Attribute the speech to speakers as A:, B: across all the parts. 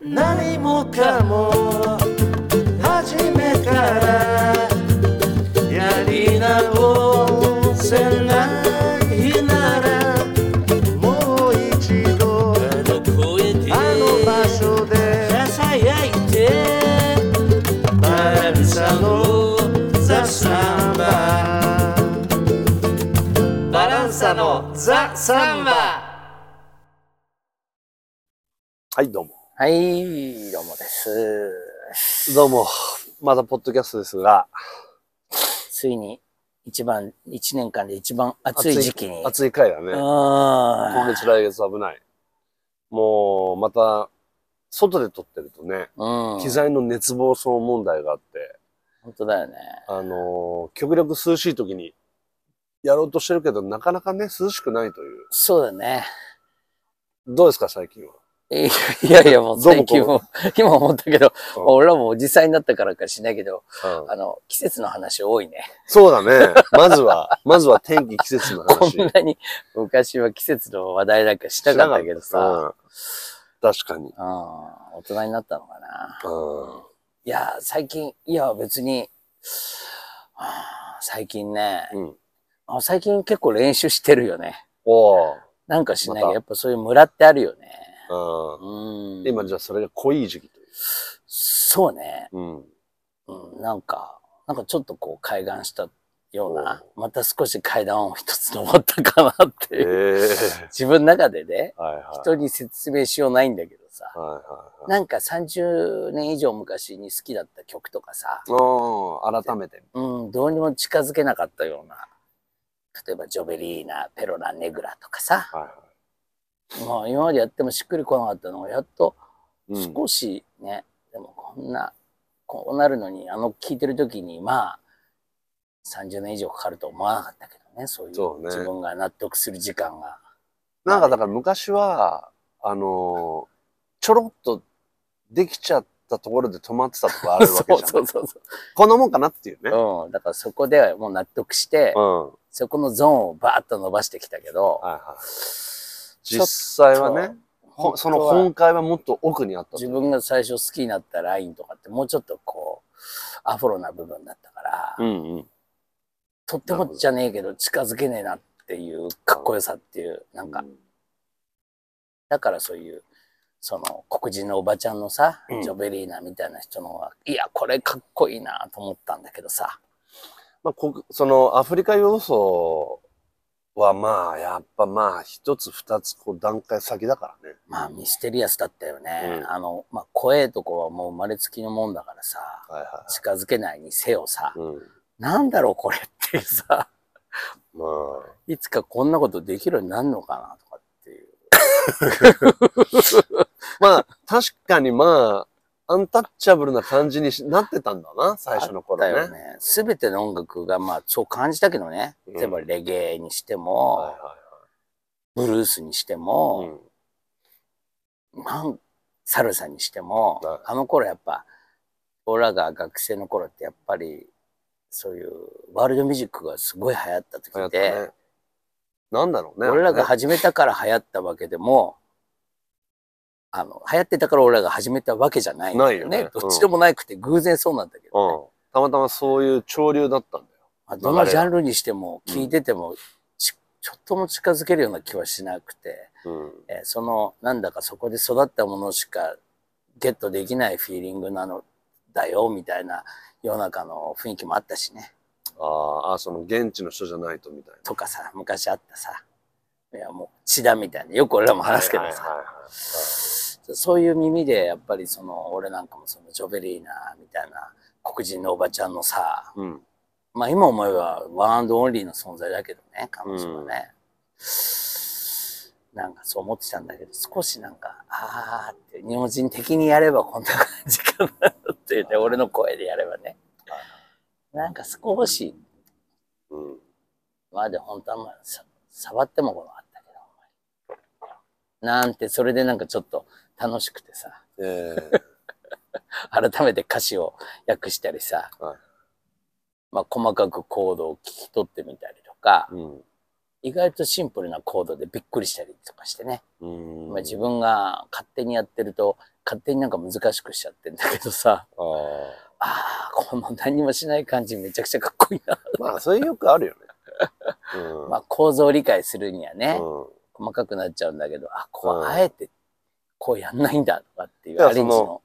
A: 何もかも初めからやり直せないならもう一度
B: あの声で
A: あの場所で
B: ささやいて
A: バランサのザ・サンバ
B: バランサのザ・サンバ
A: はいどうも
C: はい、どうもです。
A: どうもまたポッドキャストですが
C: ついに、一番、一年間で一番暑い時期に。
A: 暑い回だね今
C: あ
A: 月来月危ないもうまた外で撮ってるとね
C: あ。うん。
A: 機材の熱暴走問題があって、
C: 本当だよね。
A: あのー極力涼しい時にやろうとしてるけど、なかなかね、涼しくないという。
C: そうだね。
A: どうですか、最近は。
C: いやいや、もう
A: どうも
C: 最
A: こう
C: 近も、今思ったけど、
A: うん
C: 俺はもうおじさんになったからかしないけど、
A: うん
C: あの、季節の話多いね。
A: そうだね。まずは、 まずは天気、季節の
C: こ
A: 話。
C: んなに昔は季節の話題なんか しなかったけどさ。
A: うん確かに。
C: うん、大人になったのかな。
A: うん
C: いや、最近、いや、別に、はあ最近ね、
A: うん
C: あ最近結構練習してるよね。
A: おー
C: なんかしないけ
A: ま
C: ど、
A: た
C: やっぱそういう村ってあるよね。
A: う
C: うん
A: ん。今じゃあそれが濃い時期という。
C: そうね、
A: うん。
C: うん。なんか、なんかちょっとこう、海岸したような、
A: お
C: また少し階段を一つ登ったかなって
A: え
C: いう。
A: ー
C: 自分の中でね、
A: はいはい。
C: 人に説明しようないんだけどさ、
A: はいはいはい。
C: なんか30年以上昔に好きだった曲とかさ、
A: うん改めて。
C: うん、どうにも近づけなかったような。例えば、ジョベリーナ、ペロラ、ネグラとかさ。
A: は
C: まあ、今までやってもしっくりこなかったのが、やっと
A: いはい。
C: 少しね、でもこんな、こうなるのに、あの、聞いてる時に、まあ、30年以上かかると思わなかったけどね、そうい
A: そう
C: う
A: ね
C: 自分が納得する時間が。
A: なんかだから昔は、あのーちょろっとできちゃったところで止まってたとこあるわ け
C: そ
A: じ
C: う
A: ゃん。
C: そうそうそ
A: こんなもんかなっていうね。
C: う。うん、だからそこでもう納得して
A: う、ん。はい
C: そこのゾーンをバーッと伸ばしてきたけど、
A: はい。
C: ちょ
A: 実
C: っ
A: 際はね、
C: 本当
A: ほ
C: は
A: その本会はもっと奥にあったと
C: 自分が最初好きになったラインとかってもうちょっとこうアフロな部分だったから、
A: うんうん。
C: とってもじゃねえけど近づけねえなっていうかっこよさっていうなんか、だからそういうその黒人のおばちゃんのさ、
A: うん
C: ジョベリーナみたいな人の方がいやこれかっこいいなと思ったんだけどさ
A: まあ、こそのアフリカ要素はまあ、やっぱまあ、一つ二つこう段階先だからね。
C: まあミステリアスだったよね、
A: うん
C: あの、まあ、怖えとこはもう生まれつきのもんだからさ
A: はいは
C: 近づけないにせよさ、
A: い。うん。
C: なんだろうこれっていうさ
A: まあ。
C: いつかこんなことできるようになるのかなとかっていう。
A: まあ、確かにまあ、アンタッチャブルな感じにしなってたんだな、最初の頃
C: だ
A: ね。
C: よね。すべての音楽が、まあ、そう感じたけどね。
A: うん
C: 例えば、レゲエにして
A: はい
C: も、
A: は
C: ブルースにして
A: い。う
C: も、
A: ん
C: なんサルサにしても
A: はい、
C: あの頃やっぱ、俺らが学生の頃ってやっぱり、そういうワールドミュージックがすごい流行った
A: 流
C: 時
A: 行った
C: で、
A: ね。なんだろうね。
C: 俺らが
A: あれね
C: 始めたから流行ったわけでも、あの、流行ってたから俺らが始めたわけじゃないんだよ
A: な
C: ね。
A: いよねうん
C: どっちでもなくて偶然そうなんだけどね、
A: うん。たまたまそういう潮流だったんだよ。
C: まあ、どのジャンルにしても聞いててもち、ちょっとも近づけるような気はしなくて、
A: うん。
C: えーそのなんだかそこで育ったものしかゲットできないフィーリングなのだよみたいな世の中の雰囲気もあったしね
A: あーあ、その現地の人じゃないとみたいな。
C: とかさ昔あったさいやもう血だみたいなよく俺らも話すけどさ、
A: はいはいはい
C: そういう耳でやっぱりその俺なんかもそのジョベリーナみたいな黒人のおばちゃんのさ
A: うん。
C: まあ今思えばワンアンドオンリーの存在だけどね、彼女はね。なんかそう思ってたんだけど、少しなんか、あーって、日本人的にやればこんな感じかなってね、俺の声でやればね。なんか少し、
A: うん。
C: まで本当はあんまさ触ってもこなかったけど、あんまりなんて、それでなんかちょっと楽しくてさ。
A: え
C: 改めて歌詞を訳したりさ、
A: はい
C: まあ細かくコードを聞き取ってみたりとか
A: え、うん。
C: 意外とシンプルなコードでびっくりしたりとかしてね。
A: うん
C: まあ、自分が勝手にやってると、勝手になんか難しくしちゃってんだけどさ、
A: あー
C: ああ、この何もしない感じめちゃくちゃかっこいいな。
A: まあ、それよく あるよね。うん
C: まあ、構造を理解するにはね、
A: うん
C: 細かくなっちゃうんだけど、あ、こ
A: う
C: う、
A: ん
C: あえて、こうやんないんだとかっていう、
A: だか
C: ア
A: ら
C: レ
A: そ
C: ンジ
A: の
C: の。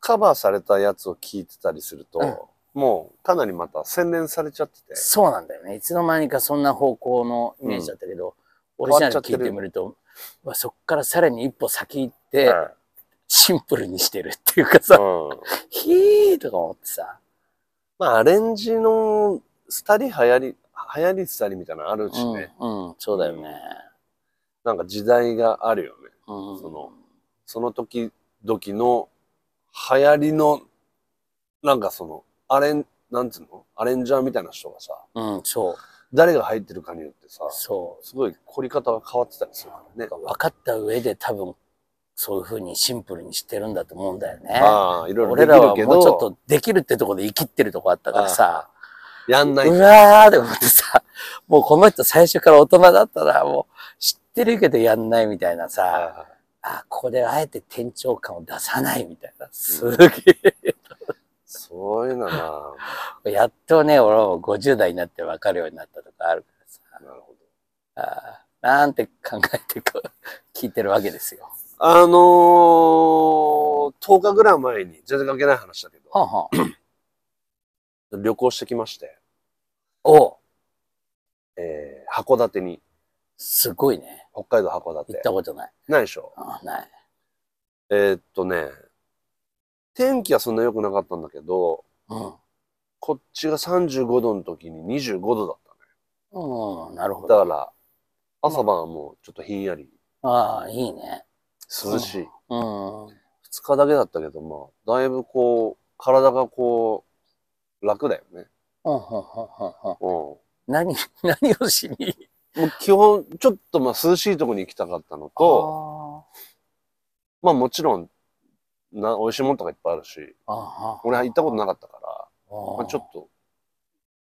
A: カバーされたやつを聞いてたりすると、
C: うん
A: もうかなりまた洗練されちゃってて、
C: そうなんだよね。いつの間にかそんな方向のイメージだったけど、
A: ん
C: オリジナル
A: 変わっちゃ
C: 聞
A: っ
C: い
A: てる
C: てみると、うわそっからさらに一歩先行って、シンプルにしてるっていうかさ、
A: うんうん
C: ひーとか思ってさ、
A: まあアレンジのスタリ流行り流行りスタリみたいなのあるしね、
C: うん、うん、そうだよね。
A: なんか時代があるよね
C: うん、
A: そのその時々の流行りのなんかそのアレンなんつうのアレンジャーみたいな人がさ
C: うん、そう、
A: 誰が入ってるかによってさ
C: そ
A: すごい凝り方が変わってたりするからね
C: う。分かった上で多分、そういうふうにシンプルにしてるんだと思うんだよね。
A: ああいろいろで
C: 俺
A: き
C: らは
A: るけ
C: もうちょっ
A: ど
C: とできるってとこで生きってるとこあったからさ、
A: やんないう
C: わーって思ってさ、 もうこの人最初から大人だったら、もう知ってるけどやんないみたいなさ、
A: ああ
C: あ、ここであえて店長感を出さないみたいな、すげ
A: そういうのな
C: え。やっとね、俺も50代になって分かるようになったとかあるからさ、
A: なるほど
C: あーなんて考えてこう 聞いてるわけですよ。
A: あのー、10日ぐらい前に全然関係ない話だけ
C: は
A: ど
C: んはん。
A: 旅行してきまして、
C: おう
A: えー、函館に
C: すごいね。
A: 北海道函
C: 行っ
A: 館
C: たことない。
A: ないでしょ
C: あない。
A: えーっとね天気はそんな良くなかったんだけど
C: うん。
A: こっちが35度の時に25度だったね
C: うん、なるほ
A: だ
C: ど。
A: から朝晩はもうちょっとひんやり
C: ああ、いいね。
A: 涼しい2
C: うん。
A: 日だけだったけどまあだいぶこう体がこう楽だよね
C: うん、うん、うん、うん。
A: うん
C: 何、 何をしに
A: もう基本、ちょっとまあ涼しいところに行きたかったのと、
C: と、
A: まあもちろん、な、美味しいものとかいっぱいあるし、
C: ああ
A: 俺は行ったことなかったから、
C: あ
A: まあ、ちょっと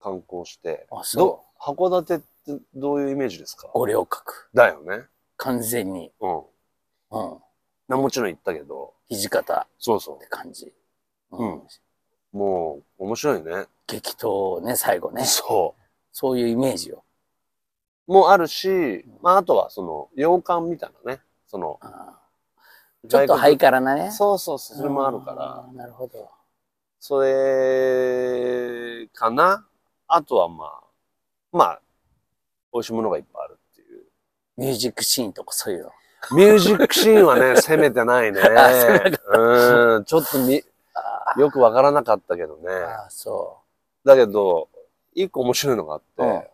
A: 観光して、
C: と、あ
A: ど
C: そう。、
A: 函館ってどういうイメージですか
C: 五稜郭。
A: だよね。
C: 完全に。
A: うん
C: うん。
A: な。もちろん行ったけど、
C: 土方
A: そうそ
C: って感じ。
A: うん。う。もう、面白いね。
C: 激闘ね、最後ね。
A: そ
C: そういうイメージよ。
A: う。もうあるし、まああとはその、洋館みたいなね。その、
C: ああちょっとハイカラなね。
A: そうそう、それもあるから。
C: ああ。なるほど。
A: それかなあとはまあ、まあ、美味しいものがいっぱいあるっていう。
C: ミュージックシーンとかそういうの。
A: ミュージックシーンは ね、攻めてないね。うん、ちょっとみ
C: あ
A: よくわからなかったけどね。
C: あああ、そ
A: だけど、一個面白いのがあって、
C: うん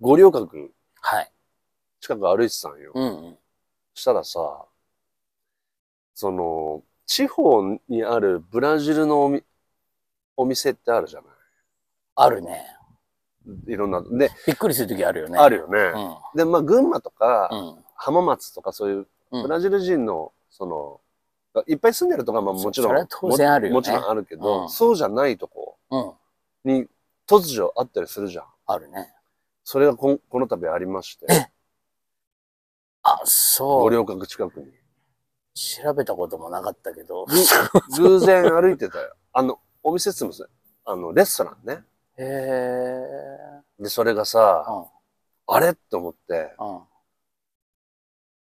A: 五稜郭
C: う。はい。
A: 近く歩いてたんよ。
C: うんうん。
A: したらさ、その、地方にあるブラジルのおみお店ってあるじゃな
C: あるね。
A: いいろんな。で、
C: びっくりするときあるよね。
A: あるよね。
C: うん。
A: で、まあ、群馬とか、
C: うん。
A: 浜松とか、そういう、
C: うん
A: ブラジル人の、その、がいっぱい住んでるとか、まあ、もち
C: そ
A: ろん、
C: それは当然あるよね
A: ももちろんあるけど、
C: うん
A: そうじゃないとこ
C: うん。
A: に、突如あったりするじゃん。
C: あるね。
A: それがこんこの度ありまして、
C: あ、そ
A: 五
C: う。
A: 稜郭近くに。
C: 調べたこともなかったけど。
A: 偶然歩いてたよ。あの、お店っつってもさあの、レストランね。
C: へえ。
A: で、それがさ、
C: う
A: あれって思って、
C: ん。うん。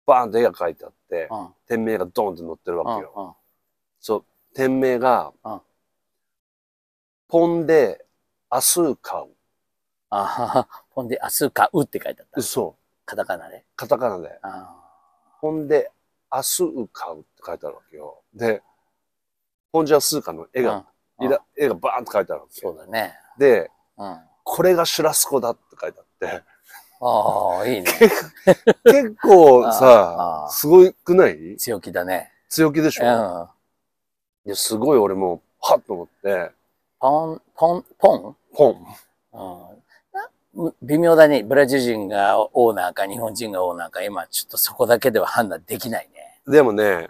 A: バーンと絵が描いてあって、
C: うん。
A: 店名がドーンって載ってるわけよ。
C: うんうん
A: そう、店名が
C: うん、
A: ポンデ・アスーカウ。
C: あはは。ほんで、アスカウって書いてあった。
A: そう。
C: カタカナで。
A: カタカナで。
C: あ
A: ポンデ・アスーカウって書いてあるわけよ。で、ポンジ・アスーカの絵
C: ー
A: が、
C: うん
A: イラ絵がバーンって書いてあるわけ
C: そうだね。
A: で、
C: うん。あ
A: これがシュラスコだって書いて あって、
C: あ、いいね。
A: 結構
C: あ
A: さ
C: あ、
A: すごくない
C: 強気だね。
A: 強気でし
C: う
A: ょ、
C: ん。
A: ですごい俺も、はっと思って、
C: ポン、ポン、ポ
A: ポン。
C: ンうんな。微妙だね。ブラジル人がオーナーか日本人がオーナーか、今ちょっとそこだけでは判断できないね。
A: でもね、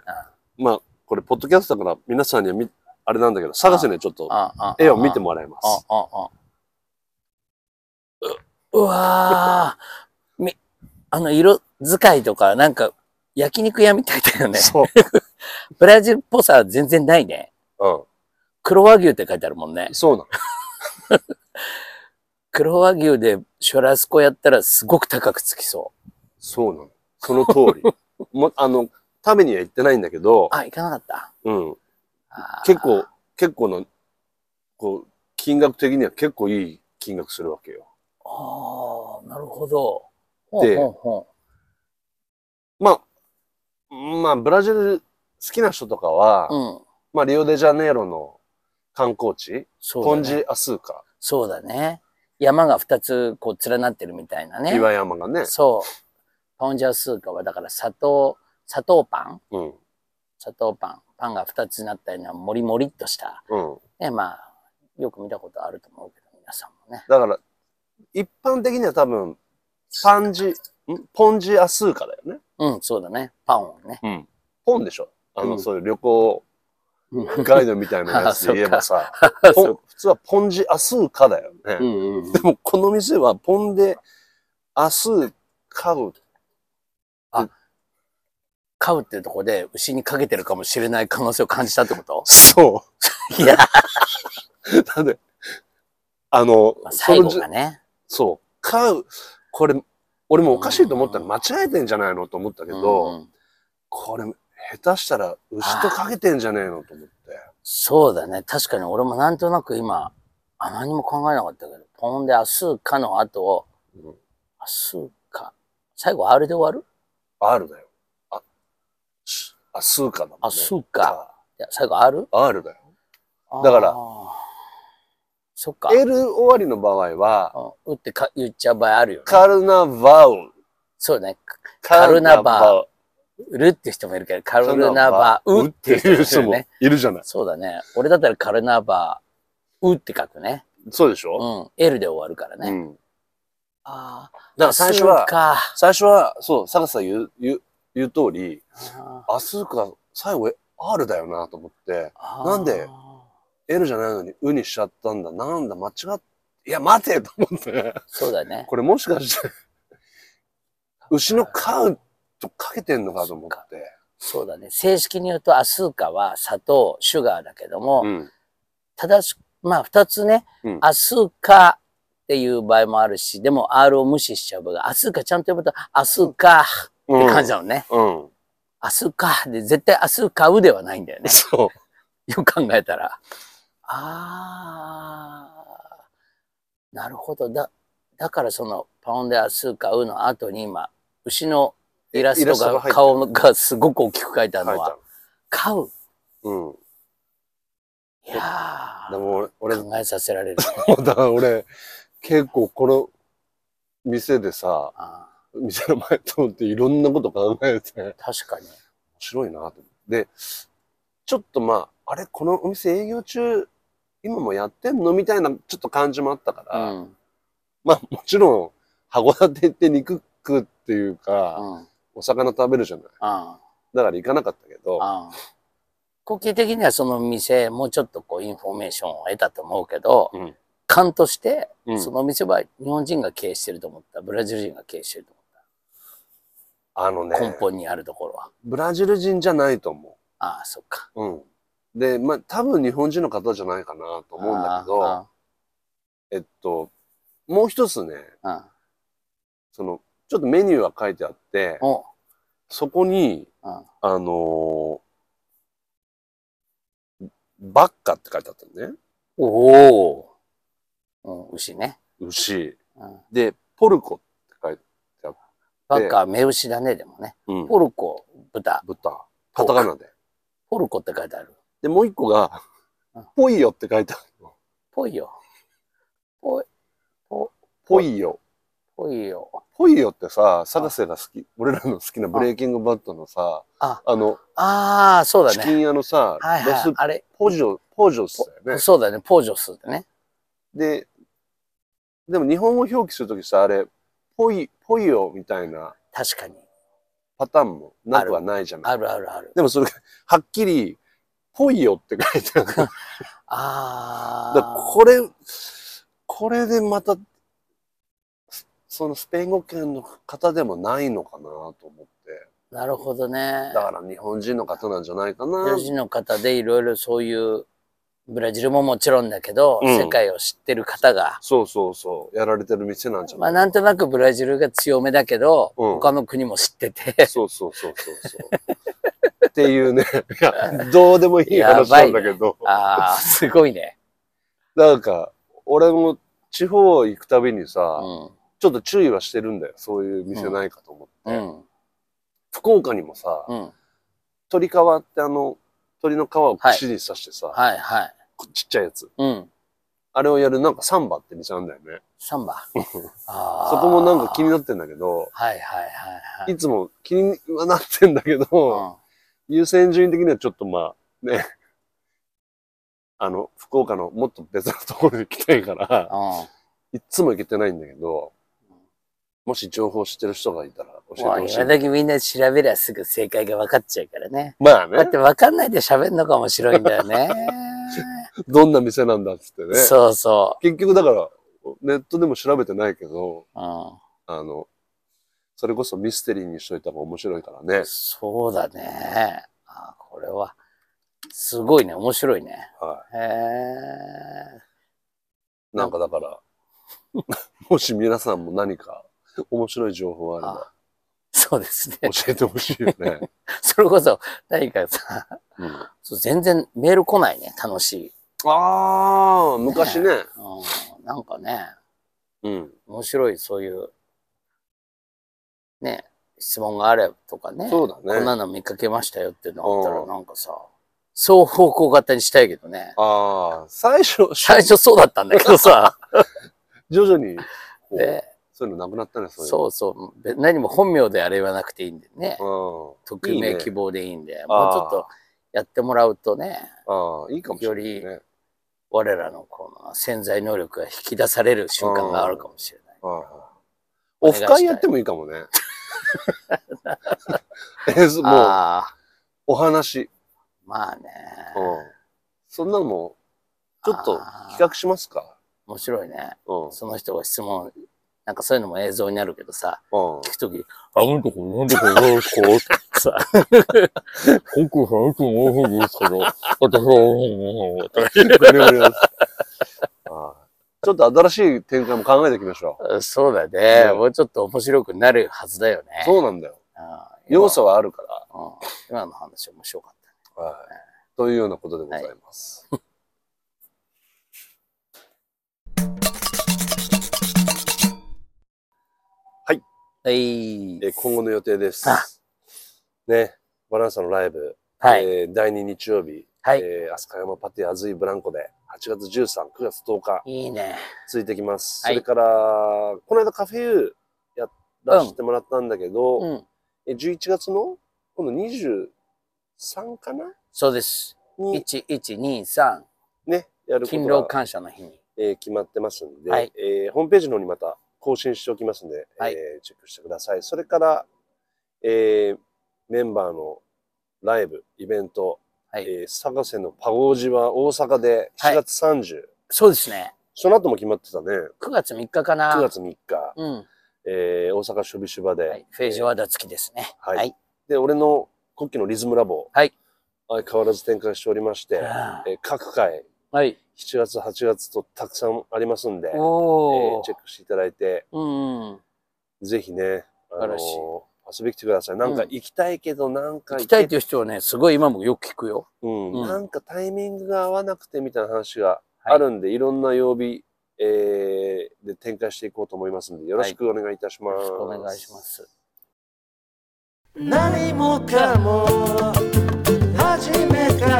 A: まあ、これ、ポッドキャストだから皆さんにはみあれなんだけど、探せね、ちょっと
C: ああ
A: 絵を見て
C: も
A: もらいます。
C: ああ、あうわーみ、あの、色使いとか、なんか、焼肉屋みたいだよね。
A: そう。
C: ブラジルっぽさは全然ないね。
A: う
C: 黒和牛って書いてあるもんね
A: ん。。そうなの。
C: 黒和牛でショラスコやったらすごく高くつきそう。
A: そうなの。その通 り。も、あの、食べには行ってないんだけど、
C: あ、行かなかった。
A: うん。
C: あー
A: 結構、結構の、こう、金額的には結構いい金額するわけよ。
C: ああ、なるほど。
A: で
C: ほんほんほ
A: まあ、まあ、ブラジル好きな人とかは、
C: んうん。
A: まあ、リオデジャネイロの観光地、
C: そ
A: ポ
C: う
A: ン
C: だね。
A: ジアスーカ、
C: そうだね。山が二つこう連なってるみたいなね。
A: 岩山がね、
C: そう。パンジャスーカはだから砂糖、砂糖パン
A: うん、
C: 砂糖パン。パンが二つになったようなもりもりっとした。
A: うん。
C: ね、まあ、よく見たことあると思うけど、皆さんもね。
A: だから、一般的には多分、パンジ、んポンジアスーカだよね。
C: うん、そうだね。パンをね。
A: うん。ポンでしょあの、
C: うん
A: そういう旅行 ガイドみたいなや つで言えばさ、ポン普通はポンジアスーカだよね。
C: うんうんうん
A: でも、この店はポンでアスーカウ、
C: 飼うっていうところで牛にかけてるかもしれない可能性を感じたってこと
A: そ
C: いや、
A: う。なんで、あの、
C: まあ
A: そ
C: 最
A: の
C: 後
A: じ
C: がね。
A: そう、買う。これ、俺もおかしいと思ったら間違えてんじゃないのと思ったけど、
C: うんうん
A: これ、下手したら牛とかけてんじゃねえのと思って。
C: そうだね。確かに俺もなんとなく今、あ、何も考えなかったけど、ポンでアスーカの後を、
A: うん
C: アスーカ。最後 R で終わる
A: R だよ。あ、しあスーカだもんね。
C: アスーカ。。いや、最後 R?
A: R だよ。だから
C: あー。そっか。
A: L 終わりの場合は、
C: うんうってか言っちゃう場合あるよね。
A: カルナバウ。
C: そうね。カルナバうるって人もいるけど、カ
A: カ
C: ルナバウっていう人もいる
A: 人
C: よ
A: も
C: ね。
A: いるじゃない。
C: そうだね。俺だったらカルナバウって書くね。
A: そうでしょ
C: うん。L で終わるからね。
A: うん。だ
C: ああ。
A: から最初は、
C: か。
A: 最初は、そう、坂田さん言う、言う、言う通り、
C: あ
A: アスーカ、最後 R だよなと思って、
C: ー
A: なんで L じゃないのにウにしちゃったんだ。なんだ、間違っ、いや、待てと思って。
C: そうだね。
A: これもしかして、牛のカウとかけてんのかと思って。
C: そうだね。正式に言うと、アスーカは砂糖、シュガーだけども、
A: うん。
C: ただし、まあ、二つね、
A: うん
C: アスーカっていう場合もあるし、でも R を無視しちゃう場合が、アスーカちゃんと呼ぶと、アスーカって感じだもんね。
A: うん。
C: アスーカで、絶対アスーカうではないんだよね。
A: そう。
C: よく考えたら。あー、なるほど。だ、だからその、パウンデアスーカウの後に今、牛のイラスト
A: イラスト
C: が、
A: が入ってる
C: 顔がすごく大きく描いてある
A: 書い
C: の
A: た
C: は、買う。
A: うん。
C: いや
A: で
C: ー、
A: も俺、
C: 考えさせられる。
A: 俺、だから俺、結構この店でさ、
C: あ
A: 店の前通っていろんなこと考えて、面
C: ー 確かに。
A: 白いなと思って。で、ちょっとまあ、あれ、このお店営業中、今もやってんのみたいな、ちょっと感じもあったか
C: う
A: ら、
C: ん。
A: まあ、もちろん、函館行って肉食うっていうか、
C: うん。
A: お魚食べるじゃない。
C: あ
A: だから行かなかったけど、
C: あ。呼吸的にはその店、もうちょっとこう、インフォメーションを得たと思うけど、
A: うん
C: 勘として、
A: うん
C: その店は日本人が経営してると思った。ブラジル人が経営してると思
A: あの
C: った。
A: ね
C: 根、本にあるところは。
A: ブラジル人じゃないと思
C: ああ、そっか。
A: う。うん。で、まあ、多分日本人の方じゃないかなと思うんだけど、
C: あ
A: えっと、もう一つね、
C: あああ
A: その、ちょっとメニューが書いてあって、
C: おう
A: そこに、
C: うん
A: あのーバッカって書いてあったのね。
C: おお、うん、牛ね。
A: 牛。
C: うん、
A: で、ポルコって書いて、
C: バカは目牛だね、でもね。
A: うん、
C: ポルコ、豚。
A: 豚。カタカナで。
C: ポルコって書いてある。
A: で、もう一個が
C: うん、
A: ポイヨって書いてあるの。
C: ぽいよ。
A: ポイヨ。
C: ぽいよ。
A: ポイヨってさ、サガセが好き、俺らの好きなブレイキングバットのさ、
C: あ
A: の、
C: ああ、そうだ
A: チキ
C: ね。
A: ン屋のさ、
C: はいは
A: ロ
C: い
A: ス。
C: あれ、
A: ポジョ、ポジョスだよね。
C: そうだね。ポージョスってね。
A: で、でも日本語表記するときさ、あれ、ポイ、ポイヨみたいな
C: 確かに。
A: パターンもなくはないじゃない。
C: あるあるある。
A: でもそれが、はっきり、ポイヨって書いてある。だか
C: あ
A: ら
C: あ。
A: これ、これでまた、そのスペイン語圏の方でもないのかなと思って。
C: なるほどね
A: だ。から日本人の方なんじゃないかな
C: 女。子の方でいろいろそういう、ブラジルももちろんだけど、
A: うん
C: 世界を知ってる方が、
A: そうそうそう。やられてる店なんじゃ
C: ま
A: な
C: あな
A: い
C: んとなくブラジルが強めだけど、
A: うん
C: 他の国も知ってて、
A: そうそうそうそうそう。っていうね。いや、どうでもいい話なんだけど。
C: ああ、すごいね。
A: なんか、俺も地方行くたびに
C: う
A: さ、
C: ん。
A: ちょっと注意はしてるんだよ。そういう店ないかと思って。
C: うん。
A: 福岡にもさ、
C: うん。
A: 鳥皮ってあの、鳥の皮を串に刺してさ、
C: はいはい。
A: こちっちゃいやつ。
C: うん。
A: あれをやるなんかサンバって店なんだよね。
C: サンバ。
A: そ
C: そ
A: こもなんか気になってんだけど、
C: はいはいはいはい
A: つも気にはなってんだけど、
C: い。
A: 優先順位的にはちょっとまあ、ね、あの、福岡のもっと別のところに行きたいから、
C: うん。うん
A: いっつも行けてないんだけど、もし情報知ってる人がいたら教えて
C: もう
A: ほし
C: 今
A: い。
C: だけみんな調べりゃすぐ正解が分かっちゃうからね。
A: まあ
C: だ
A: ね
C: っ、て分かんないで喋んのが面白いんだよ ね。
A: どんな店なんだっつってね。
C: そうそ
A: 結局だから、ネットでも調べてないけど、
C: う。うん。
A: あの、それこそミステリーにしといた方が面白いからね。
C: そうだね。あこれは、すごいね。面白いね。
A: は
C: へえ。
A: い。なんかだから、 もし皆さんも何か面白い情報あれば
C: そうですね。
A: 教えてほしいよ ね。
C: それこそ、何かさ、
A: うん、あ
C: そう全然メール来ないね。楽しい。
A: あ、昔ね。
C: うん。なんかね、
A: うん。
C: 面白い、そういう、ね、質問があればとかね。
A: そうだね。
C: こんなの見かけましたよっていうのあった
A: う
C: ら
A: ん
C: なんかさ、双方向型にしたいけどね。
A: ああ、最初、
C: 最初そうだったんだけどさ、
A: 徐々に、 こう
C: で
A: そういうのなくなったね、そういう
C: そうそう、べ何も本名であれはなくていいんでね。
A: の。
C: 匿
A: いい
C: 名
A: ね
C: 希望でいいんで、
A: あ
C: も
A: ー
C: うちょっとやってもらうとね、
A: うん。ああ、いいかもしれない、ね。
C: よ我らのこの潜在能力が引き出される瞬間があるかもしれない。
A: ああオフ会やってもいいかもね。 えそもう、
C: ああ、
A: お話。
C: まあね。
A: うん。そんなのも、ちょっと
C: あー
A: 企画しますか。
C: 面白いね。
A: うん。うん。
C: その人が質問、なんかそういうのも映像になるけどさ、 聞くとき、
D: あのとこ、なんでこんなこう、
C: さ、
D: 僕、早くもうふぐすけど、私は、うん、うん、
A: わかります。ああちょっと新しい展開も考えていきましょ
C: そうだね
A: ね
C: もうちょっと面白くなるはずだよね
A: う。。そうなんだよ。
C: あー
A: 要素はあるから。
C: 今うん今の話面白かっ
A: はい。というようなことでございます。
C: た。はい
A: えー今後の予定です
C: あ。
A: ね、バランサのライブ、
C: はい。
A: えー第2日曜日、
C: はい
A: えー飛鳥山パティアズイブランコで、8月13、9月10日、
C: いいね。
A: 続いてきます。
C: はい
A: それから、この間カフェユーやらせてもらったんだけど、
C: うん。
A: えー11月の、今度23かな
C: そうです。
A: に、
C: 1、1、2、3。
A: ね、やるこ
C: 勤
A: と
C: 労
A: が、
C: 感謝の日に。
A: えー決まってますんで、
C: はい
A: えーホームページの方にまた更新しておきますんで、
C: はい
A: えーチェックしてください。それから、えーメンバーのライブ、イベント、
C: はい
A: えー佐賀瀬のパゴージは大阪で
C: はい
A: 7月30、
C: そうですね。
A: その後も決まってたね、
C: 9月3日かな。
A: 9月3日、
C: うん。
A: えー大阪ショビシュバで、
C: はい。フェージワダ付きですね。
A: はい
C: はい。
A: で、俺の国旗のリズムラボ、
C: はい
A: 相変わらず展開しておりまして、
C: は
A: えー各回、
C: い。
A: 7月、8月とたくさんありますんで、え
C: お
A: ー
C: ー
A: チェックしていただいて、
C: うん。
A: ぜひね、あの
C: 素晴らしい
A: 遊びに来てください。なんか
C: うん
A: 行きたいけど、なんか
C: 行きたい
A: 行
C: っ
A: け
C: ていう人はね、すごい今もよく聞くよ。
A: うん、
C: うん
A: なんかタイミングが合わなくてみたいな話が
C: はい
A: あるんで、い、ろんな曜日、えーで展開していこうと思いますんで、よろしくお願いいたしま
C: よ
A: す。
C: ろしくお願いします。
E: 何もかも初めから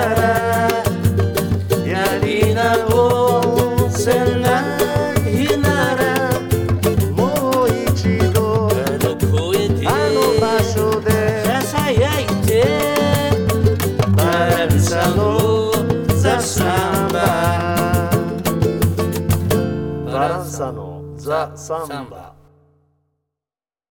E: やり直せないならもう一度
B: あの声で
E: あの場所で
B: ささやいて
E: バランサのザ・サンババランサのザ・サンバ